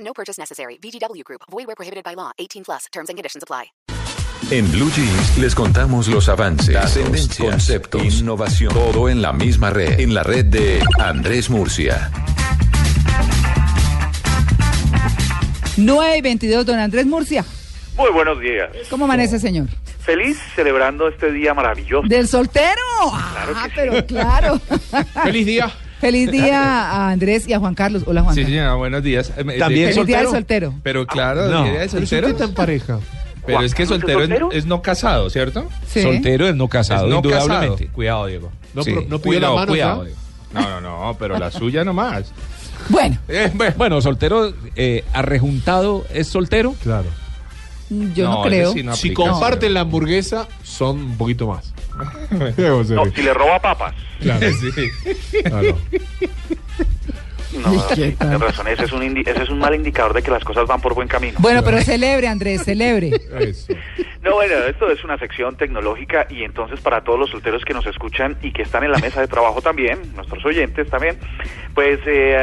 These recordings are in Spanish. No purchase necessary. VGW Group. Void where prohibited by law. 18 plus. Terms and conditions apply. En Blue Jeans les contamos los avances, Datos, tendencias, conceptos, innovación, todo en la misma red, en la red de Andrés Murcia. 9 y 22, don Andrés Murcia. Muy buenos días. ¿Cómo amanece, señor? Feliz celebrando este día maravilloso. ¿Del soltero? ah, pero claro. Feliz día. Feliz día a Andrés y a Juan Carlos. Hola, Juan Sí, Carlos. señora, buenos días. Eh, me- También de- Feliz día del soltero. Pero claro, no. día de soltero. pareja. Pero es que ¿Usted soltero es, soltero? es no casado, ¿cierto? Sí. Soltero es no casado, Es no indudablemente. casado. Cuidado, Diego. No, pero no pidió la mano, ¿no? Diego. No, no, no, pero la suya nomás. Bueno, Eh, bueno, Bueno, soltero, eh, arrejuntado es soltero. Claro. yo no, no, ese creo. sí no Si aplica, comparten señor. la hamburguesa, son un poquito más. No, si le roba papas. sí. No, sí, tiene razón. Ese es, un indi- ese es un mal indicador de que las cosas van por buen camino. Bueno, pero celebre, Andrés, celebre. No, bueno, esto es una sección tecnológica y entonces para todos los solteros que nos escuchan y que están en la mesa de trabajo también, nuestros oyentes también, pues eh,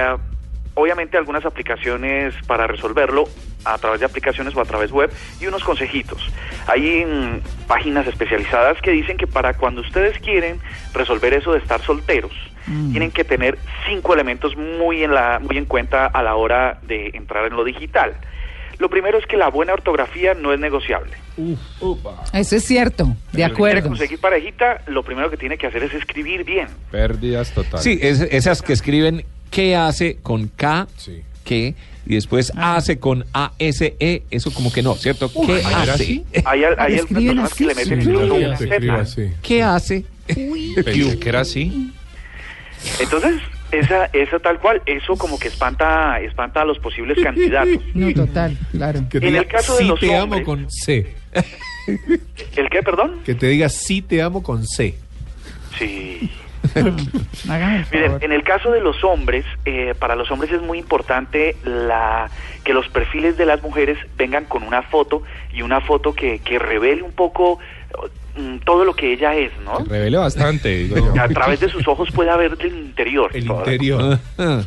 obviamente algunas aplicaciones para resolverlo a través de aplicaciones o a través web y unos consejitos. Hay mm, páginas especializadas que dicen que para cuando ustedes quieren resolver eso de estar solteros, tienen que tener cinco elementos muy en, la, muy en cuenta a la hora de entrar en lo digital. Lo primero es que la buena ortografía no es negociable. Eso es cierto, de Pues Si quiere acuerdo. conseguir parejita, lo primero que tiene que hacer es escribir bien. Pérdidas totales. Sí, es- esas que escriben qué hace con K, Sí. que, y después Ah. hace con A-S-E, eso como que no, ¿cierto? ¿Qué ¿ah, era hace? así? Hay, al- hay algunas Escriben personas así, que le meten sí. incluso Sí, una se zeta. ¿Qué hace? Pensé que era así. Entonces, esa, esa tal cual, eso como que espanta, espanta a los posibles candidatos. No, total, claro. En el caso de sí los te hombres- amo con C. ¿El qué, perdón? Que te diga sí te amo con C. Sí. Hágame el Miren, favor. en el caso de los hombres, eh, para los hombres es muy importante la, que los perfiles de las mujeres vengan con una foto y una foto que, que revele un poco mm, todo lo que ella es, ¿no? Revele bastante, digo yo. Que a través de sus ojos pueda ver el interior. El Todo. interior.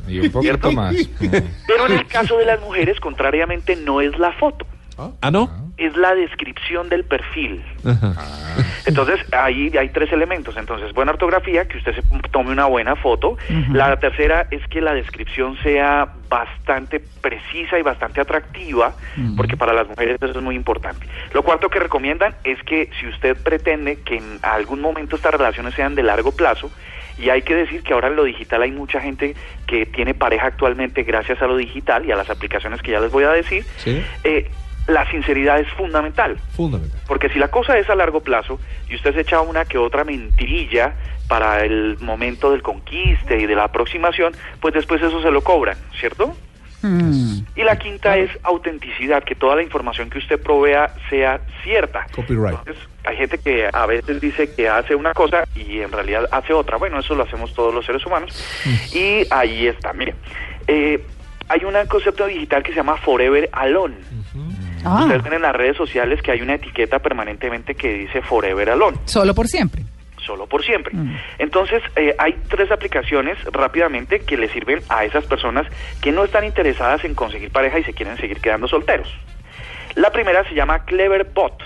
Y un poquito ¿Cierto? más. Pero en el caso de las mujeres, contrariamente, no es la foto, ¿Ah, no? es la descripción del perfil. Ajá. Entonces, ahí hay tres elementos. Entonces, buena ortografía, que usted se tome una buena foto. La tercera es que la descripción sea bastante precisa y bastante atractiva, porque para las mujeres eso es muy importante. Lo cuarto que recomiendan es que si usted pretende que en algún momento estas relaciones sean de largo plazo, y hay que decir que ahora en lo digital hay mucha gente que tiene pareja actualmente gracias a lo digital y a las aplicaciones que ya les voy a decir, Sí. eh, la sinceridad es fundamental. Fundamental. Porque si la cosa es a largo plazo y usted se echa una que otra mentirilla para el momento del conquiste y de la aproximación, pues después eso se lo cobran, ¿cierto? Mm. Y la quinta es autenticidad, que toda la información que usted provea sea cierta. Copyright. Entonces, hay gente que a veces dice que hace una cosa y en realidad hace otra. Bueno, eso lo hacemos todos los seres humanos. Y ahí está, mire. Eh, hay un concepto digital que se llama Forever Alone. eh, Ah, Ustedes ven en las redes sociales que hay una etiqueta permanentemente que dice Forever Alone, solo por siempre. solo por siempre. Mm. Entonces, eh, hay tres aplicaciones rápidamente que le sirven a esas personas que no están interesadas en conseguir pareja y se quieren seguir quedando solteros. La primera se llama Cleverbot.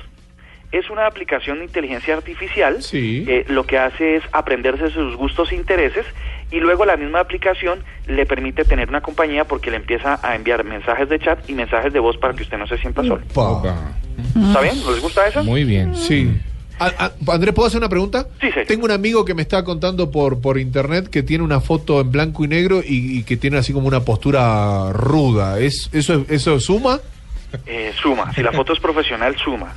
Es una aplicación de inteligencia artificial. Sí. eh, lo que hace es aprenderse sus gustos e intereses y luego la misma aplicación le permite tener una compañía porque le empieza a enviar mensajes de chat y mensajes de voz para que usted no se sienta solo. Opa. ¿Está bien? ¿No les gusta eso? Mm. Muy bien. Sí. A- a- Ah, Andrés, ¿puedo hacer una pregunta? Sí, señor. Tengo un amigo que me está contando por, por internet que tiene una foto en blanco y negro y, y que tiene así como una postura ruda. ¿Es, eso, es- ¿Eso suma? Eh, suma. Si la foto es profesional, suma.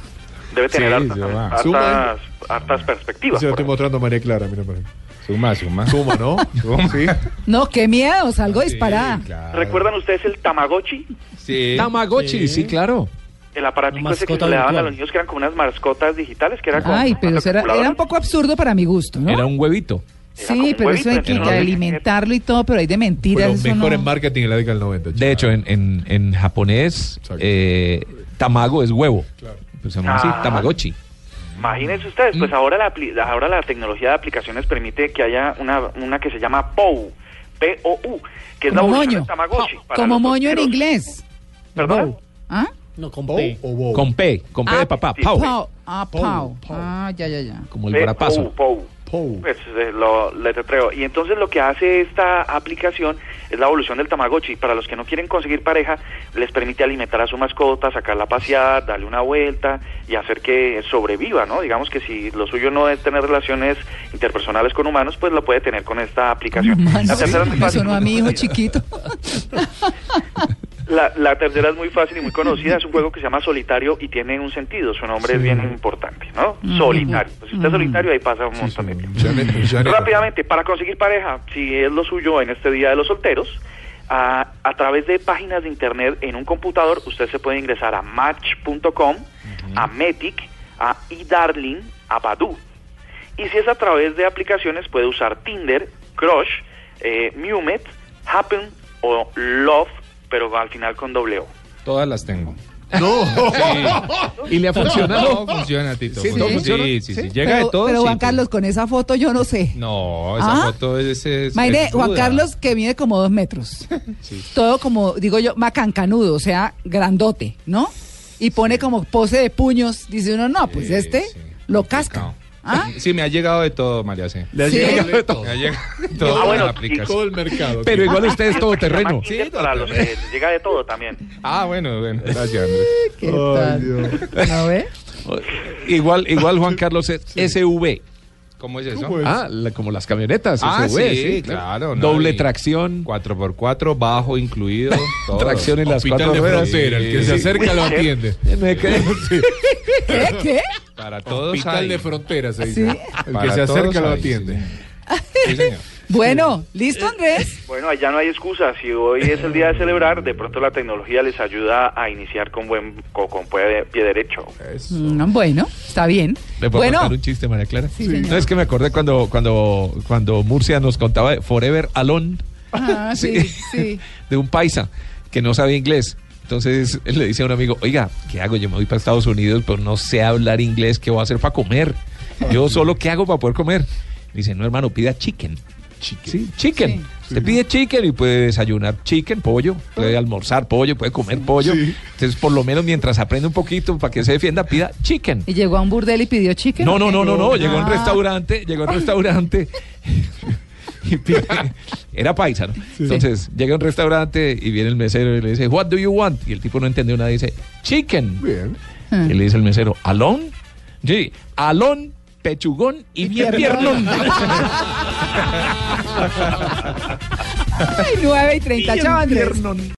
Debe tener Sí, hartas, yo va. hartas- Suma. hartas perspectivas. Se lo por ejemplo. estoy mostrando a María Clara, mira para ahí. Suma, suma. Suma, ¿no? Suma. Sí. No, qué miedo, salgo disparada. Sí, claro. ¿Recuerdan ustedes el Tamagotchi? Sí. Eh, Tamagotchi, sí, claro. El aparatico ese que mascota le daban a virtual. los niños que eran como unas mascotas digitales que era como Ay, una pero eso era, calculadora. era un poco absurdo para mi gusto, ¿no? Era un huevito. como Sí, un pero eso hay huevito, que ¿no? que alimentarlo y todo, pero hay de Fue mentiras. lo eso mejor no- en marketing en la década del 90. De hecho, en, en, en japonés, Exacto. eh, tamago es huevo. Pues se llama así, Ah. tamagotchi. Imagínense ustedes, Mm. pues ahora la, apli- la- ahora la tecnología de aplicaciones permite que haya una, una que se llama POU, P-O-U, que es la Como evolución moño. del Tamagotchi. para Como los moño en solteros. inglés. ¿Perdón? ¿Ah? No, con ¿Pou P. o Bow? Con P, con P Ah, de papá, sí. pau. Pau. Ah, Pau, pau. pau. Ah, ya, ya, ya. Como el guarapazo. Pou, pou. Pou. Pues eh, lo letreo. Y entonces lo que hace esta aplicación es la evolución del Tamagotchi. Para los que no quieren conseguir pareja, les permite alimentar a su mascota, sacarla a pasear, darle una vuelta y hacer que sobreviva, ¿no? Digamos que si lo suyo no es tener relaciones interpersonales con humanos, pues lo puede tener con esta aplicación. Mano, La tercera es muy me fácil. sonó a mi hijo chiquito. La, la tercera es muy fácil y muy conocida, es un juego que se llama Solitario y tiene un sentido, su nombre es bien importante, ¿no? Mm. Solitario. Pues si usted es solitario, ahí pasa un montón de tiempo. Janet- Janet- Rápidamente, para conseguir pareja, si es lo suyo en este Día de los Solteros, a, a través de páginas de internet en un computador, usted se puede ingresar a match.com, a Metic, a eDarling, a Badoo. Y si es a través de aplicaciones, puede usar Tinder, Crush, eh, Mumet, Happen o Love, pero al final con doble O. Todas las tengo. No. Y le ha Todo funcionado. funciona, Tito. Sí, Sí, todo sí, funciona. sí. Sí. sí. Llega pero, de todo. Pero sí, Juan Tito. Carlos, con esa foto yo no sé. No, esa ¿Ah? foto es. pues es Imagine, es Juan ruda. Carlos que mide como dos metros. Todo como, digo yo, macancanudo, o sea, grandote, ¿no? Y pone como pose de puños. Dice uno, no, pues Sí, este sí, lo complicado. casca. ¿Ah? Sí, me ha llegado de todo, María. Sí. Le ha Sí. llegado de todo. Me ha llegado de todo Ah, bueno, la y Todo aplicación. el mercado. Pero tío. igual Ah, usted es todo terreno. Sí, para los que les llega de todo también. Ah, bueno, bueno, gracias, Andrés. ¿Qué Ay, tal? Dios. ¿No ve? Igual, igual Juan Carlos es SV. ¿Cómo es eso? ¿Cómo es? Ah, la- como las camionetas. Ah, SV, sí, claro, no, Doble y- tracción. 4x4, bajo incluido. todo. Tracción en las Hospital cuatro de ruedas. frontera, el que se acerca lo atiende. Me quedé- ¿Qué? ¿Qué? Para todos Hospital hay. de frontera se Sí. dice. El que Para se todos acerca lo hay, atiende. Sí, señor. Bueno, ¿listo, Andrés? Bueno, allá no hay excusa. Si hoy es el día de celebrar, de pronto la tecnología les ayuda a iniciar con buen co- con, pie, pie derecho. Mm, bueno, está bien. ¿Le puedo Bueno, contar un chiste, María Clara? Sí, señor. No, es que me acordé cuando, cuando, cuando Murcia nos contaba de Forever Alone. Ah, sí, sí. De un paisa que no sabía inglés. Entonces él le dice a un amigo, oiga, ¿qué hago? Yo me voy para Estados Unidos, pero no sé hablar inglés. ¿Qué voy a hacer para comer? Yo solo, ¿qué hago para poder comer? Dice, no, hermano, pida chicken. Chicken. Sí, chicken. Sí. Ah. Usted pide chicken y puede desayunar chicken, pollo, puede almorzar pollo, puede comer pollo. Entonces, por lo menos mientras aprende un poquito para que se defienda, pida chicken. ¿Y llegó a un burdel y pidió chicken? No, no, no, no, no. Llegó a un Ah, restaurante, llegó a un restaurante. y pide- Era paisa, ¿no? Entonces, llega a un restaurante y viene el mesero y le dice, What do you want? Y el tipo no entendió nada, dice, Chicken. Bien. Y le dice el mesero, ¿Alón? Sí, alón, pechugón y bien piernón. Ay, 9 y 30, chao, Andrés.